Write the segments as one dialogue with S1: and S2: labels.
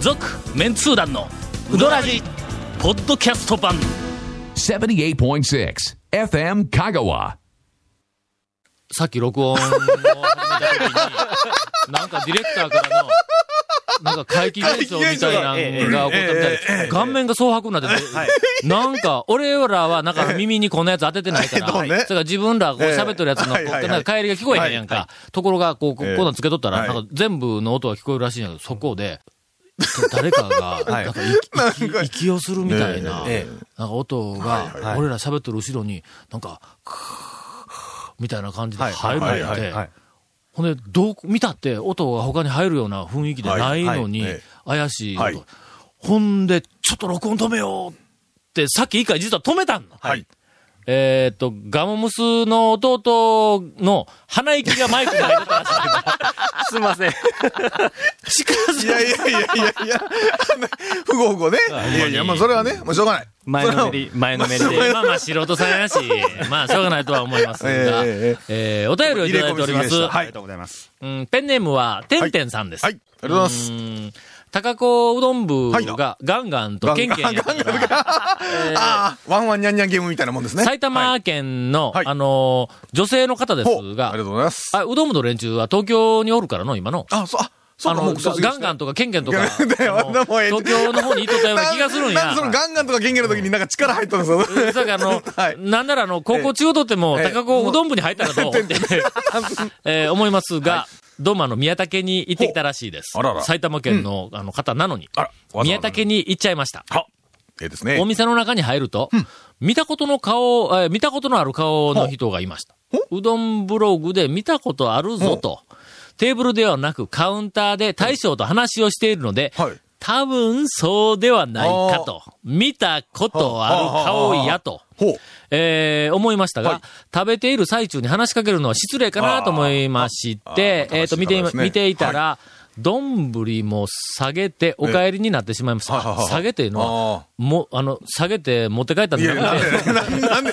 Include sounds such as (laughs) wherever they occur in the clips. S1: 続メンツー団のウドラジポッドキャスト版
S2: 78.6 FM Kagawa.
S3: さっき録音を始めた時に、なんかディレクターからの、なんか怪奇現象みたいなのが起こったみたいで、顔面が蒼白になってて、なんか、俺らはなんか耳にこんなやつ当ててない (laughs) から、それから自分らこう喋ってるやつの、こうなんか帰りが聞こえへんやんか。ところが、こう、こうこうなんつけとったら、なんか全部の音が聞こえるらしいんやけど、そこで、誰かが、なんか息、息息をするみたいな、なんか音が、俺ら喋ってる後ろに、なんか、みたいな感じで入るのやって、ほんで、どう、見たって音が他に入るような雰囲気でないのに、怪しい音、ほんで、ちょっと録音止めようって、さっき一回実は止めたんの。えーっと、ガモムスの弟の鼻息がマイクに入ってたらしいけど。
S4: (laughs) すいません。
S3: 近づ
S5: いやいやいやいやいや、 (laughs) 不合法ね。いやいや、まあそれはね、もうしょうがない。
S4: 前の
S1: (laughs)
S4: めり、前のめりで。
S5: い
S4: い
S5: や
S4: や
S5: ま
S1: まあまあ素人さんやし、まあしょうがないとは思いますが、
S5: え
S1: え
S5: ええ
S1: ーお便りをいただいております。
S5: 入れ込みすぎでした
S4: あ
S5: は
S4: り
S5: い
S4: がとうございます。
S1: うん、ペンネームは、てんてんさんです。
S5: はい、ありがとうございます。
S1: うん高子うどん部
S5: はい
S1: がガンガンとケンケンやったから
S5: ああ、ワンワンニャンニャンゲームみたいなもんですね。
S1: 埼玉県の、
S5: はい
S1: あのー女性の方で
S5: ほ
S1: す
S5: うあ
S1: が
S5: りがと、うございます。
S1: あ、うどん部の連中は東京におるからの、今の。
S5: あ、そう、あ、そ
S1: あ
S5: うか、
S1: の、
S5: もう
S1: ガ
S5: 卒業
S1: ンガンとかケンケンとか、あ
S5: ガ
S1: の
S5: ンガン (laughs) だよあんなもんええ
S1: 東京の方に行っとったような気がするん
S5: なな
S1: や。
S5: そのガンガンとかゲンゲンの時になんか力入ったんですよ。
S1: だからあの、
S5: (laughs) はい
S1: なんならあの、高校中央とっても、
S5: ええ
S1: 高校うどん部に入ったらどうって、 (laughs) えー思いますが、どうもあの、宮武に行ってきたらしいです。
S5: ほうあらら
S1: 埼玉県の、あの方なのに
S5: あらわざわざ
S1: 宮武に行っちゃいました。
S5: は、ええです
S1: お
S5: ね。
S1: 店の中に入ると、見たことの顔、えー見たことのある顔の人がいました。うどんブログで見たことあるぞと、テーブルではなくカウンターで大将と話をしているので、
S5: はい
S1: 多分そうではないかと、見たことある顔やと。
S5: ほう。
S1: えー思いましたが、
S5: はい
S1: 食べている最中に話しかけるのは失礼かなと思いまし
S5: あ
S1: て
S5: ー、
S1: えっ、と、見てい、
S5: 正しい方ですね
S1: 見ていたら、どんぶりも下げて、お帰りになってしまいました。
S5: はいはいはいはい
S1: 下げていうのは、も、あの、下げて持って帰ったん
S5: い
S1: じ
S5: や、
S1: ゃな
S5: なん
S1: くて、
S5: で、なんで、なんで、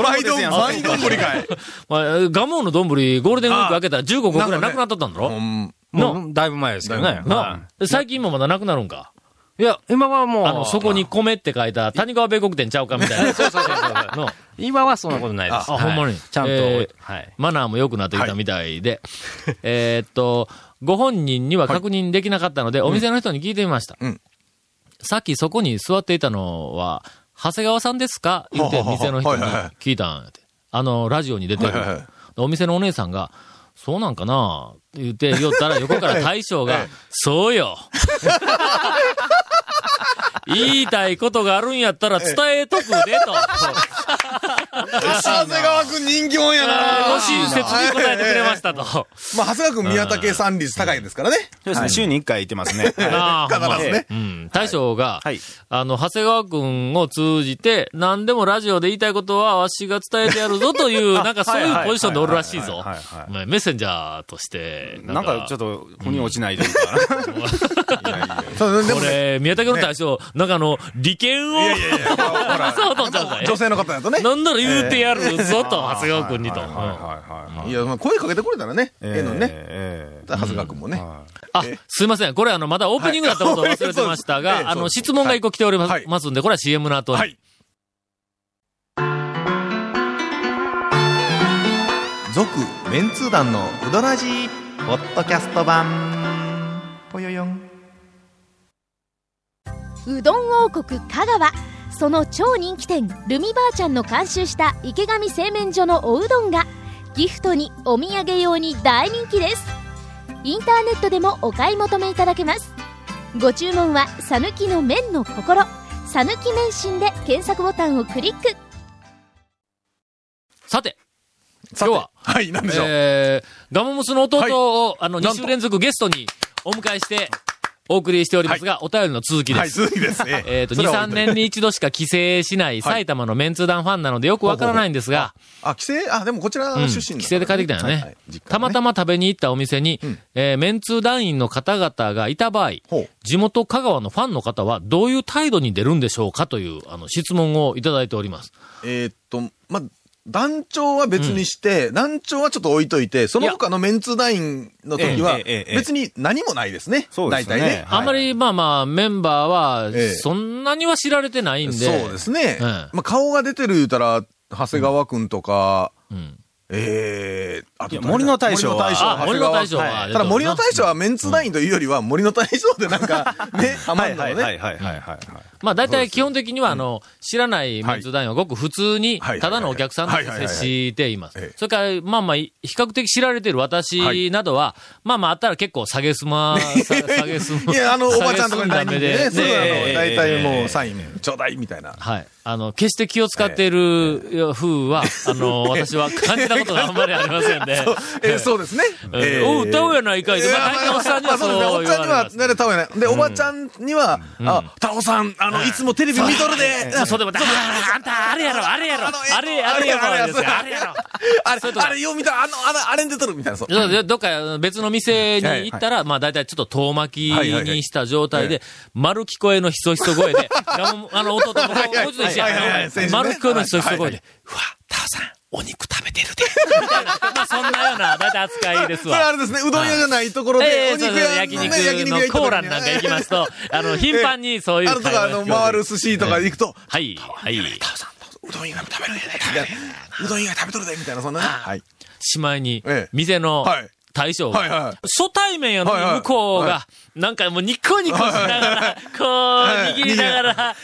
S5: 毎度、毎度ぶりかい。
S1: まあ、ガモのどんぶり、ゴールデンウィーク開けたら15個ぐらいなくなっとったんだろ、
S5: うん、
S4: もう、だいぶ前ですけどね。
S1: なあ最近もまだなくなるんか
S4: いや、今はもう、
S1: あの、そこに米って書いた谷川米国店ちゃうかみ
S5: (laughs)
S1: たいな。そうそうそう (laughs) そう。
S4: 今はそんなことないです。
S1: あ
S4: はい
S1: ほんまに
S4: ちゃんと、
S1: えー
S4: はい。
S1: マナーも良くなってきたみたいで、 (laughs) えーっと、ご本人には確認できなかったので、お店の人に聞いてみました。
S5: うん
S1: さっきそこに座っていたのは、長谷川さんですか言って
S5: はあはあ
S1: 店の人に
S5: はいはいはい
S1: 聞いたんやて。あの、ラジオに出てる
S5: はいはいはい。
S1: お店のお姉さんが、そうなんかなって言って、言ったら横から大将が、そうよ言いたいことがあるんやったら伝えとくでと。
S5: 長谷川くん人気者やな
S1: ご親切に答えてくれましたと。 (laughs)
S5: まあ、長谷川くん宮武三率高いですからね。
S4: そうですね、週に1回行ってます
S5: (laughs)
S4: ね。
S1: なあほんま
S5: 必ずね。
S1: うん。大将が、
S4: はい
S1: あの、長谷川くんを通じて、何でもラジオで言いたいことは、わしが伝えてやるぞという、なんかそういうポジションでおるらしいぞ
S4: はいはいはいは。い
S1: まあメッセンジャーとして、
S4: なんかちょ
S1: っ
S4: っと、腑に落ちないというか。
S5: そうで
S1: と。これ、宮武の大将、なんかあの、利権を、
S5: 女性の方だとね。
S1: なんなら言うてやるぞと、長谷川くんにと。
S4: はいはいはいはい。
S5: いや、まあ、声かけてくれたらね、ええのにね。
S4: ええ。
S5: 長谷川くんもね。
S1: あ、すいません。これあの、まだオープニングだったことを忘れてました
S5: はいええ
S1: が、あ
S5: そう
S1: の、
S5: です
S1: 質問が一個来ておりま
S5: はい
S1: ますんで、これは CM の後に。
S5: はい。続、メンツー団のうどらじ
S6: ポッドキャスト版ぽよよん
S7: うどん王国香川その超人気店ルミばあちゃんの監修した池上製麺所のおうどんがギフトにお土産用に大人気ですインターネットでもお買い求めいただけますご注文は「さぬきの麺の心」「さぬき麺心」で検索ボタンをクリック
S1: さて、
S5: 今
S1: 日は
S5: はい、なんでしょう。
S1: えー、ガモムスの弟を、あの、
S5: なん
S1: 2
S5: と
S1: 週連続ゲストにお迎えして、お送りしておりますが、お便りの続きです。
S5: はい、続きです。え
S1: えっ、と、
S5: それ
S1: 2、
S5: は
S1: 3
S5: 本当に
S1: 年に一度しか帰省し
S5: (laughs)
S1: ない埼玉のメンツー団ファンなのでよくわからないんですが、
S5: あ、帰省あ、でもこちら
S1: うん
S5: 出
S1: 帰
S5: 身だ
S1: 省で帰ってきたよね。
S5: はいはい実家ね
S1: たまたま食べに行ったお店に、
S5: ん
S1: えーメンツー団員の方々がいた場合、
S5: ほう
S1: 地元香川のファンの方はどういう態度に出るんでしょうかという、あの、質問をいただいております。
S5: えーっと、まあ、団長は別にして、団長はちょっと置いといて、その他のメンツ団員の時は
S4: えええええ、え
S5: 別に何もないですね。
S4: (laughs) そうですね
S5: 大体ね。
S4: はい
S1: あんまり、まあまあ、メンバーは
S5: ええ、
S1: そんなには知られてないんで。
S5: そうです
S1: え
S5: ね。
S1: え
S5: まあ、顔が出てる言うたら、長谷川くんとか、
S1: うん。
S5: ええあと
S4: いや森の大将は
S5: 森の大
S1: あ、森の大将
S5: 将
S1: は。
S5: ただ森の大将
S1: は。
S5: はメンツ団員というよりは、森の大将でなん
S4: (laughs)
S5: か、ね、ハマ
S4: は
S5: る
S4: い
S5: の
S4: は
S5: ね。
S4: いはいはいはいはい。
S1: まあ大体基本的には、あの、知らないメンツ団員はごく普通に、
S5: はい
S1: ただのお客さんと
S5: はいはいはい
S1: 接していま
S5: ええ
S1: す。それから、まあまあ、比較的知られてる私などは、まあまああったら結構下げす
S5: (laughs)
S1: ま、さ下げすま。
S5: いや、
S4: (laughs)
S5: あの、おばちゃんとかに
S1: 下
S5: 大
S1: げすんだ目
S5: 体
S1: で
S5: ね、すぐあの
S1: ね、
S5: 大体もうサイン、ちょうだいみたいな。
S1: はい。あの、決して気を使っている風は、あ
S5: (laughs)
S1: の、私は感じたことがあんまりありませんで。
S5: えーそうですね。えー
S1: おう歌うやないかいと。まあ、大体おっさんにはそう
S5: いやまあまあそう
S1: 言われま
S5: ですすねおっさんには、ね、タオやない。で、おばちゃんには、あ、タオさん、あの、いつもテレビ見とるで。
S1: あそうでも、あああんた、あれやろ、あれやろ、
S5: あのえっと
S1: あれ、あれやろ、
S5: あれ
S1: あ
S5: あ
S1: れ
S5: れ
S1: ですよあれやろ。
S5: あれ
S1: そういうと、こ
S5: あれよう見たら、あの、あの、あれに出とるみたいな、そう。
S1: そうでどっか別の店に行ったら、まあ大体ちょっと遠巻き
S5: はいはいはい
S1: にした状態で、丸聞こえのひそひそ声で、あのあの、弟も、もうちょっと一緒や
S5: はいはいはいはい先週ね
S1: 丸聞こえのひそひそ声で、うわ、タオさん、お肉食べてるで。みたいな、まあそんなような、大体扱いです
S5: それあ
S1: わ。
S5: れですね、うどん屋じゃないところ
S1: え
S5: で、
S1: え
S5: お
S1: そうそ
S5: 肉
S1: う
S5: 屋のね、
S1: 焼肉
S5: 焼肉
S1: の
S5: 屋行った時に
S1: コーランなんか行きますと、あの、頻繁にそうい
S5: あ
S1: う
S5: るとか、あ
S1: 会話
S5: の、
S1: が
S5: 回る寿司とか行くと、
S1: はい、はい。
S5: うどん以外も食べるんやないかみたいなうどん以外食べとるで、みたいな、そんなね。はい。
S1: しまいに
S5: ええ、
S1: 店の
S5: はい
S1: 大将
S5: はい
S1: が、
S5: はい。
S1: 初対面やのに
S5: はいはい
S1: 向こう
S5: は
S1: が、なんかもうニコニコしながら、こう、握りながら、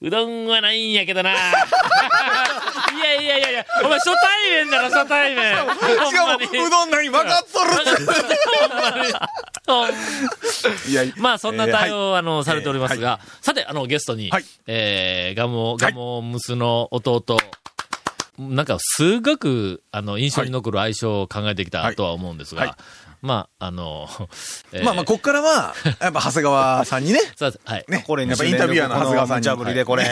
S1: うどんはないんやけどな。いやいやいやいや、お前初対面だろ、初対面。
S5: しかも、
S1: ほ
S5: うどん何分かっとるっ
S1: んまに。
S5: て。いや、
S1: まあ、そんな対
S5: えー
S1: 応を、あの、されておりますが、さて、あの、ゲストに、
S5: はい
S1: えー、ガモ、ガモムスの弟、なんか、すごく、あの、印象に残る相性を考えてきた
S5: はい
S1: とは思うんですが、
S5: はい
S1: まあ、あの、えー
S5: まあまあ、こっからは、やっぱ長谷川さ
S1: (laughs)
S5: んにね、
S1: そうですはい。
S5: ね、
S4: これ
S5: やっぱインタビュアーの長谷川さんに。
S4: ジャブリでこれ。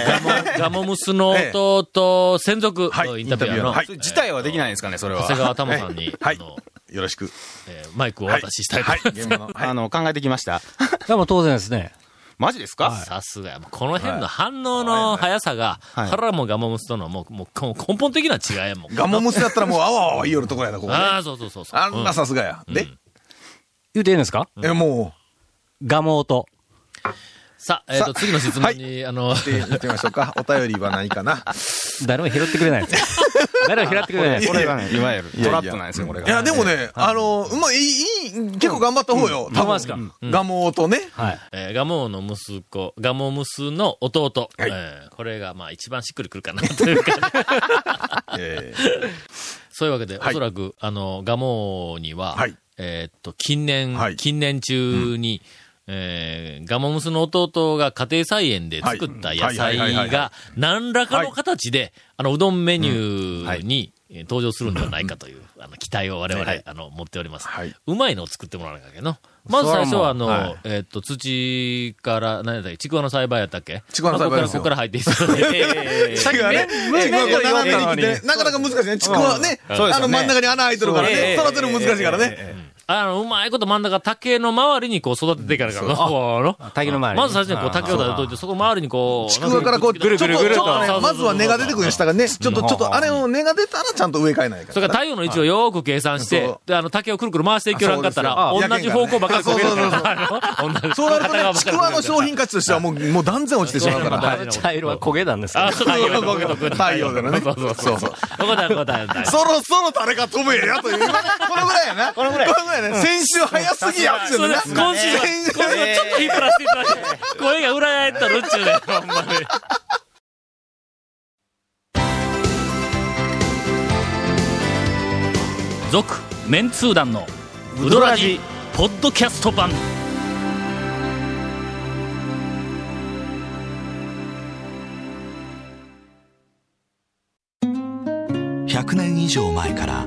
S1: ガモムスの弟、専属
S5: はい
S1: のインタビュアーの、
S5: はい
S4: 自体はできないんですかね、それは
S1: 長。谷川玉さんに、
S5: はい
S1: あの、
S5: よろしく。
S1: えーマイクをお渡ししたいと
S5: は
S1: 思
S5: い
S1: い。ます。
S5: 現場のはい
S4: あの、考えてきました。
S8: でも当然ですね。
S4: マジですか
S1: さすがや。もうこの辺の反応の速さが、
S4: はい
S1: 原もガモムスとのもう、もうもう根本的な違いやもん。
S5: ガモムスだったらもう、あわあわ言いよるとこやな、ここね。
S1: ああ、そうそうそうそう。
S5: あん
S1: う
S5: なさすがや。で、
S8: 言うていいんですか
S5: え、も
S8: ガモと。
S1: さあ、えっ、と、次の質問に、あの、
S5: う、で、行ってみましょうか。 (laughs) お便りは何かな。
S8: 誰も拾ってくれない
S1: (laughs)
S8: ですよ誰も拾ってくれないです
S4: これがね、いわゆる
S5: いやい
S4: ト
S5: や
S4: ラップなんですよ、これ
S5: いや、
S4: が。
S5: でもね、あの、うまい、いい、結構頑張った方
S8: ほ
S5: よ。多
S8: んま
S5: 分
S8: ですか
S5: うんガモとね。
S8: はい。
S1: えーガモの息子、ガモムスの弟、
S5: はい
S1: えーこれがまあ一番しっくりくるかなというか、
S5: えー
S1: そういうわけで、
S5: はい
S1: おそらく、あの、ガモには、
S5: はい
S1: えーっと、近年、
S5: はい
S1: 近年中に、えーガモムスの弟が家庭菜園で作った野
S5: は
S1: 菜
S5: いはいはいはい
S1: が、何らかの形で、あの、うどんメニュ
S4: は
S1: ーにえー登場するんではないかという、あの、期待を我々、
S4: はい
S1: あの、持っております。
S5: はいう
S1: まいのを作ってもらわなきゃいけないの。まず最初は、あの、
S4: それはもうはい
S1: えーっと、土から、何やったっけ、ちくわの栽培やったっけ
S5: ちくわの栽培です
S1: ここから、こ
S5: よ
S1: こから入っていいですか
S5: (laughs) ちくわね。ちくわこれ斜めに切って、なかなか難しいね。ちくわね。
S4: そうですよね
S5: あの真ん中に穴開いてるから
S4: そうえ
S5: ね。
S4: え
S5: 育てるの難しいから
S4: え
S5: ね。
S1: あの、うまいこと真ん中、竹の周りにこう育てていかなきゃなこうの
S8: 竹の周りに
S1: まず最初にこう竹を立てといて、そこ周りにこう。
S5: ちくわからこう、ちょっと、ちょっ
S1: ぐるぐるぐると
S5: とね、まずは根が出てくるように下がね。ちょっと、ちょっと、あれを根が出たらちゃんと植え替えないから。
S1: それから太陽の位置をよーく計算して、
S5: そう
S1: であの、竹をくるくる回していけよらんかったら、
S5: あそうですよ
S1: 同じ方向ばっかりこけるから
S5: そう
S1: あの (laughs) 同じ
S5: そうなると
S1: 片側
S5: ね、
S1: ばっ
S5: ち
S1: かり
S5: くわの商品価値としてはもう、もう断然落ちてしまうから。
S1: は
S5: はいい。
S8: 茶色は焦げなんですけど
S1: あ、。 (laughs) そう、太陽の焦げとく
S5: 太陽だよね
S1: そうそう
S5: そ
S1: そう。そ
S5: うそう
S1: うだよ、そうだよ。そうだよ
S5: そろそろ誰か飛べやという。このぐらいやな。このぐらい。このぐらいね。先週早すぎやって
S1: そ
S5: ん
S1: うで
S5: な。
S1: す今週は、
S5: 先週
S1: 今週はちょっと引っ張らせていただいて、声が裏返ったるっちゅうねん、ほんまに。続、メンツー団の、ウドラジ、ポッドキャスト版。
S9: 100年以上前から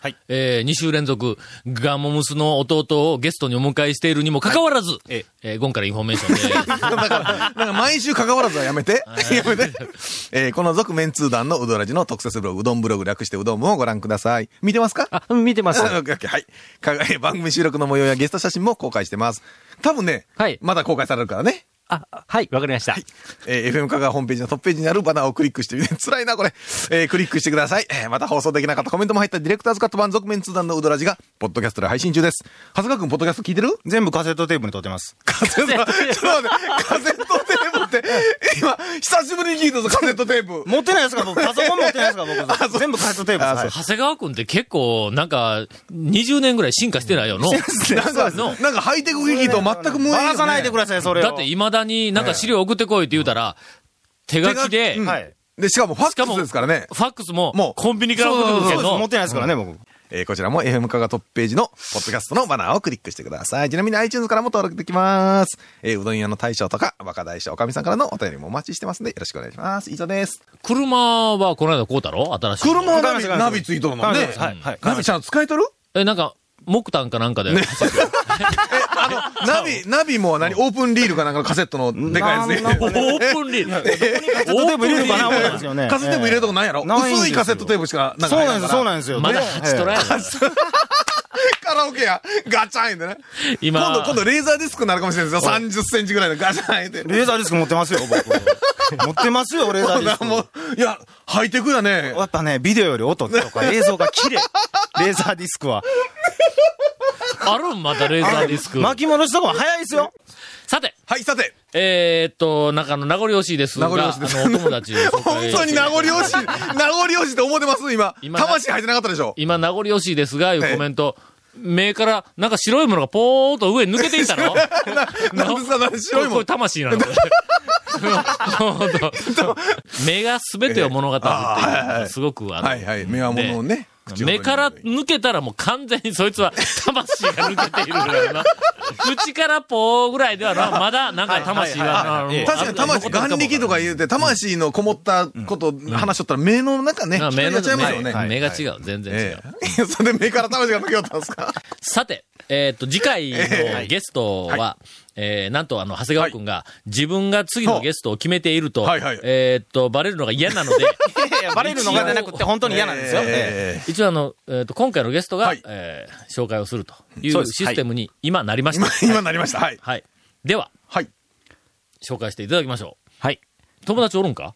S4: はい
S1: え2週連続、ガモムスの弟をゲストにお迎えしているにもかかわらず、えーゴンからインフォメーションで、
S5: だから、なんか毎週関わらずはやめて。やめて。えーこの続メンツー団のうどらじの特設ブログ、うどんブログ略してうどん部をご覧ください。見てますか
S8: あ、見てます。
S5: オッケーオッケーはい。か (laughs) えー番組収録の模様やゲスト写真も公開してます。多分ね、
S8: はい
S5: まだ公開されるからね。
S8: あ、はい、わかりました。
S5: えー FM 香川ホームページのトップページにあるバナーをクリックしてみて、 (laughs) 辛いな、これ。えークリックしてください。えーまた放送できなかったコメントも入ったディレクターズカット版続面通談のうどらじが、ポッドキャストで配信中です。長谷川くん、ポッドキャスト聞いてる
S4: 全部カセットテープに撮ってます。
S5: カセット、ちょっと待って、カセットテープって、今、久しぶりに聞いたぞ、カセットテープ。
S4: 持ってないですか僕。パソコン持ってないです (laughs) か
S5: あそう
S4: 僕。全部カセットテープですはい。
S1: 長谷川くんって結構、なんか、20年ぐらい進化してないよの。
S5: なんか、なんかハイテク機器と全く無縁よね
S4: ばらさないでください、それを。
S1: だって未だになんか資料送ってこいって言うたら、手書きで、
S5: 手書き
S1: フ
S4: はい。
S5: で、しかもファ
S1: しか
S5: ック
S1: も
S5: スですからね。
S1: ァックス
S5: も
S1: も
S5: う
S1: コンビニから送ってくるけ
S4: そうです
S1: ど
S4: 持っ、てないですからね、僕。
S5: えーこちらも FM カがトップページの、ポッドキャストのバナーをクリックしてください。ちなみに iTunes からも登録できます。えーうどん屋の大将とか、若大将、おかみさんからのお便りもお待ちしてますんで、よろしくお願いします。以上です。
S1: 車はこの間こうだろ新しい。
S5: 車
S4: ナビナビ
S5: ついとる
S4: もんねはい
S5: ナビちゃんと使いとる
S1: え、なんか、木炭かなんかで、
S5: あの、ナビ、ナビも何オープンリールかなんかのカセットのでかいやつね。
S1: オープンリー。
S4: カセットテープ入れるかな思ったんですよね。
S5: カセットテープ入れるとこないやろ
S4: ないんですよ
S5: 薄いカセットテープしか
S4: ええ
S5: なんか
S4: そう
S5: 入
S4: なん
S5: らん
S4: で
S5: か
S4: す、そう
S5: ら
S4: なんですよ。
S1: まだ
S4: で
S1: 8トラやな
S5: カラオケや、ガチャン言うてね。
S1: 今、
S5: 今度、今度レーザーディスクになるかもしれないですよ。30センチぐらいのガチャン言うて。
S4: レーザーディスク持ってますよ、僕。持ってますよ、レーザーディスク。
S5: もう、いや、ハイテクだね。
S4: やっぱね、ビデオより音とか映像が綺麗。レーザーディスクは。
S1: あるんまたレーザーディスク。
S4: 巻き戻しとかも早いですよ。
S1: さて、
S5: はい、さて。
S1: えー、っと、中の名残惜しいですが、
S5: 名残惜しいです
S1: あの、お友達を紹介
S5: 本 (laughs) 当に名残惜しい。名残惜しいって思ってます今。
S1: 今
S5: 魂入ってなかったでしょ
S1: 今、名残惜しいですが、いうコメント。目から、なんか白いものがぽーっと上に抜けていったの
S5: (laughs) なんですかなんで白い
S1: これ
S5: も
S1: こ
S5: ん
S1: れ。魂
S5: (laughs)
S1: なの (laughs) これ本当目が全てを物語るっていうのがすごくあの
S5: はいはい。目は物をね。口元に
S1: 目から抜けたらもう完全にそいつは (laughs) 魂が抜けているぐらいな。口からぽーぐらいではな、まだなんか魂が。
S5: 確かに魂、眼力とか言うて、魂のこもったこと、話しとったら、目の中ね、
S1: あ目
S5: 目が
S1: の
S5: ちゃいますよ
S1: 目
S5: ね。
S1: が目が違う。全然違
S5: え
S1: う。
S5: え (laughs) いやそれで目から魂が抜けよったんですか
S1: さて、えっと、次回のゲストは、えーなんとあの、長谷川くんが、自分が次のゲストを決めていると
S5: はいはい、
S1: えっと、バレるのが嫌なので、
S4: バレるのがじゃなくて、本当に嫌なんですよ。
S5: え (laughs)
S1: 一応あの、えっと、今回のゲストが
S5: はい、
S1: えー紹介をするというシステムに今なりま
S5: え
S1: し
S5: 今
S1: た。、
S5: 今なりました。はい。
S1: はい。では、
S5: はい。
S1: 紹介していただきましょう。
S8: はい。
S1: 友達おるんか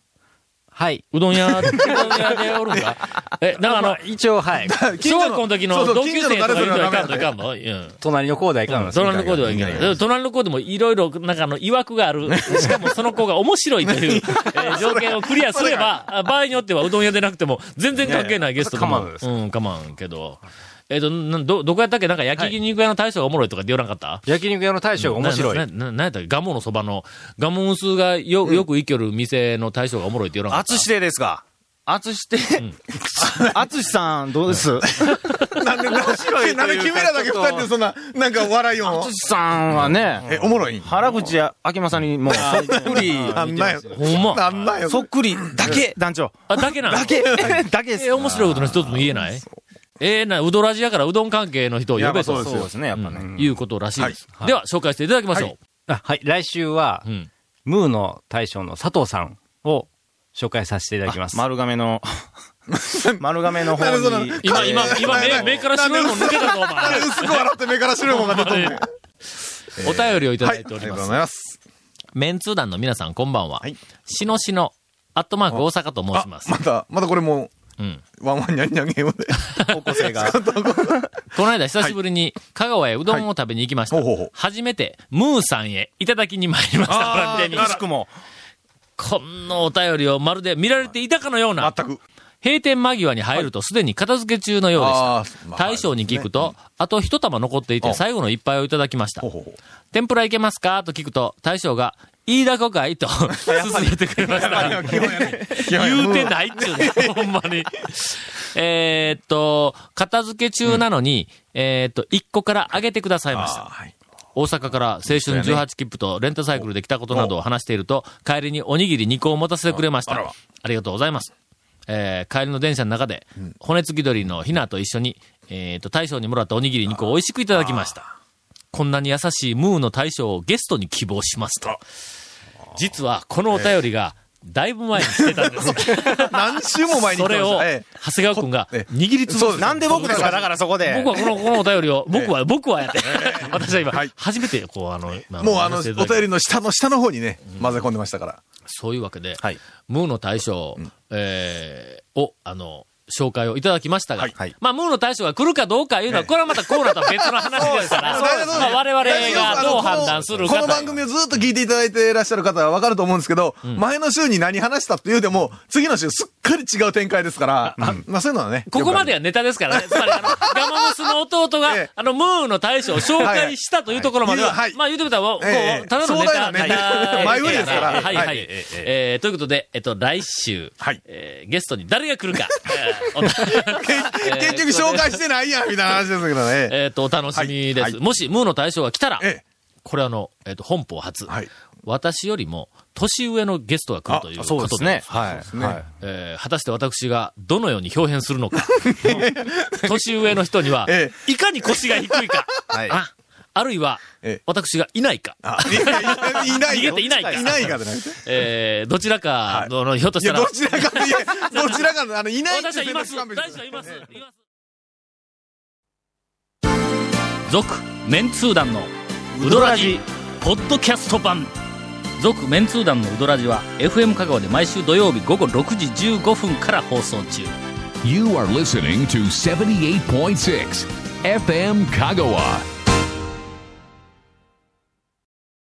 S8: はい。
S1: うどん屋、
S8: (laughs)
S1: うどん屋でおるんかえ、なんかあ
S8: ま
S1: の
S8: あ、、一応、はい。
S5: 近
S1: 小
S5: 所
S1: 学校の時
S5: そ
S1: の
S5: うそう
S1: 同級生とかいうのはいかん
S5: 近所の誰それはダメだ
S1: と
S5: ね
S1: いかんのうん。
S8: 隣の校ではいかんの
S1: 隣の子ではいけない。でも隣の子でもいろいろ、なんかあの、曰くがある。しかもその子が面白いという、えー条件をクリアすれば、あ場合によってはうどん屋でなくても、全然関係ないゲストでも。
S8: いやいやそ
S1: うん、構わんけど。えっと、なんど、どこやったっけなんか焼き肉屋の大将がおもろいとかって言わなかった
S8: 焼肉屋の大将が面白い。
S1: な、な、ななんやったっけガモのそばの、ガモンスがよ、よく生きよる店の大将がおもろいって言わなかった。
S4: 厚志でですか。厚志で、 (laughs) 厚志さん、どうです
S5: なんで、面白い。なんで君らだけ二人でそんな、なんか笑いよんの
S4: 厚志さんは
S5: え、
S4: ね、
S5: おもろい
S4: 原口明正にもう、そっくり、
S5: なんなんよ。
S1: ほんま。
S5: なんなんよ。
S4: そっくりだけ、団長。
S1: あ、だけなの
S4: だけ、 (laughs) だけで
S1: え
S4: す。
S1: ー面白いことの一つも言えないええな、うどらじやからうどん関係の人を呼べと。
S4: そうですね、やっぱ
S1: うん
S4: ね。
S1: いうことらしいです。では、紹介していただきましょう。
S8: あはい。来週は、
S1: うん
S8: ムーの大将の佐藤さんを紹介させていただきます。
S4: 丸
S8: (laughs)
S4: 亀の、丸亀の方
S5: なるほど
S4: に。
S1: 今、今、今、
S5: え
S1: 目
S5: ー
S1: 目から白いもん抜けたぞ、お
S5: あれ、 (laughs)
S1: 前。
S5: 薄く笑って目から白いもんが出と
S1: (laughs)
S5: んねん
S1: お便りをいた
S5: は
S1: だ
S5: い、あ
S1: い
S5: り
S1: てお
S5: が
S1: り
S5: と
S1: ま
S5: うご
S1: す。
S5: ざいます。
S1: メンツー団の皆さん、こんばんは。
S5: い
S1: しのしの、アットマーク大阪と申
S5: あ
S1: しま、す
S5: ま。た、またこれも、
S1: うん。
S5: ワンワンニャンニャンゲーム
S1: (laughs)
S5: で。
S4: 高校
S8: (laughs)
S4: 生が。
S1: この間、久しぶりに、香川へうどんを食べに行きました。
S5: はいほうほうほう
S1: 初めて、ムーさんへ、いただきに参りました。ほら見てみ
S4: くしくも。
S1: こんなお便りをまるで見られていたかのような。
S5: 全く。
S1: 閉店間際に入るとすでに片付け中のようでした。
S5: あーまあ
S1: 大将に聞くと、あと一玉残っていて最後の一杯をいただきました
S5: ほう。ほうほう
S1: 天ぷらいけますかと聞くと、大将が、いいだこかいと、進めてくれました。
S5: 基本やね。
S1: 言うてないっちゅうね、ほんまに。えーっと、片付け中なのに、えーっと、一個からあげてくださいました。
S5: はい。
S1: 大阪から青春18切符とレンタサイクルで来たことなどを話していると、帰りにおにぎり2個を持たせてくれました。ありがとうございます。えー帰りの電車の中で、骨付き鳥のひなと一緒に、えっ、と、大将にもらったおにぎり2個を美味しくいただきました。こんなに優しいムーの大将をゲストに希望しますと。実は、このお便りが、だいぶ前に来てたんです。
S5: (laughs) 何週も前に来
S1: そ
S5: て
S1: れ
S5: まし
S1: を、
S5: た。
S1: 長
S5: ええ
S1: 谷川くんが
S5: ええ
S1: 握りつぶ
S5: そう
S1: す。
S4: なんで僕ですか、だからそこで。
S1: 僕はこの、このお便りを、僕は、僕はやって。私は今
S5: はい、
S1: 初めて、こう、あの、今
S5: もうあの、お
S1: 話していただき
S5: 便りの下の下の方にね、混ぜ込んでましたから。
S1: そういうわけで、
S5: はい
S1: ムーの大将、えーを、あの、紹介をいただきましたが、
S5: はいはい
S1: まあ、ムーの大将が来るかどうかいうのは、これはまたコーナーとは別の話ですから、
S5: そうです
S1: まあ我々がどう判断するか
S5: ことの番
S1: い
S5: 組
S1: う。
S5: をずっと聞いていただいていらっしゃる方はわかると思うんですけど、前の週に何話したっていうでも、次の週すっかり違う展開ですから、あまあそういうのはね。
S1: ここまで
S5: よ
S1: はネタですからね。つまり、あの、ガマムスの弟が、
S5: (laughs) ええ
S1: あの、ムーの大将を紹介したというところまでは、
S5: はいはい
S1: まあ言うてみたら、こう
S5: ええ
S1: ただのネタ、
S5: 壮大なネタ前 (laughs) 振りですから
S1: はいはい。
S5: はい
S1: えええーということで、えっと、来週、
S5: はい
S1: えーゲストに誰が
S5: (laughs)
S1: 来るか、えーお (laughs)
S5: くわかる結結局紹介してないやん、みたいな話ですけどね。
S1: えっ、と、お楽しみです。
S5: はいはい
S1: もし、ムーの大将が来たら、
S5: ええ
S1: これあの、えっ、と、本邦初、
S5: はい
S1: 私よりも、年上のゲストが来るということで。
S8: はい。
S5: ね
S1: えー果たして私がどのように表現する
S5: (laughs)
S1: のか。年上の人には、
S5: え
S1: いかに腰が低い
S5: (laughs)
S1: か。ああるいは、
S5: ええ
S1: 私がいないか。
S5: あいやいやいない
S1: 逃げ
S5: よ
S1: ていないから
S5: いないからね。い
S1: えーどちらかの、ひょっとした
S5: や、
S1: ら、
S5: どちらか、いや、どちらかの、あの、いない
S1: 私はいます。
S5: 選択肢
S1: 大将い
S5: 勘弁してくだ
S1: ま
S5: さ
S1: す
S5: い。
S1: います。続、メンツー団の、ウドラジ、ポッドキャスト版。続、メンツー団のウドラジは、FM 香川で毎週土曜日午後6時15分から放送中。
S2: You are listening to 78.6 FM Kagawa.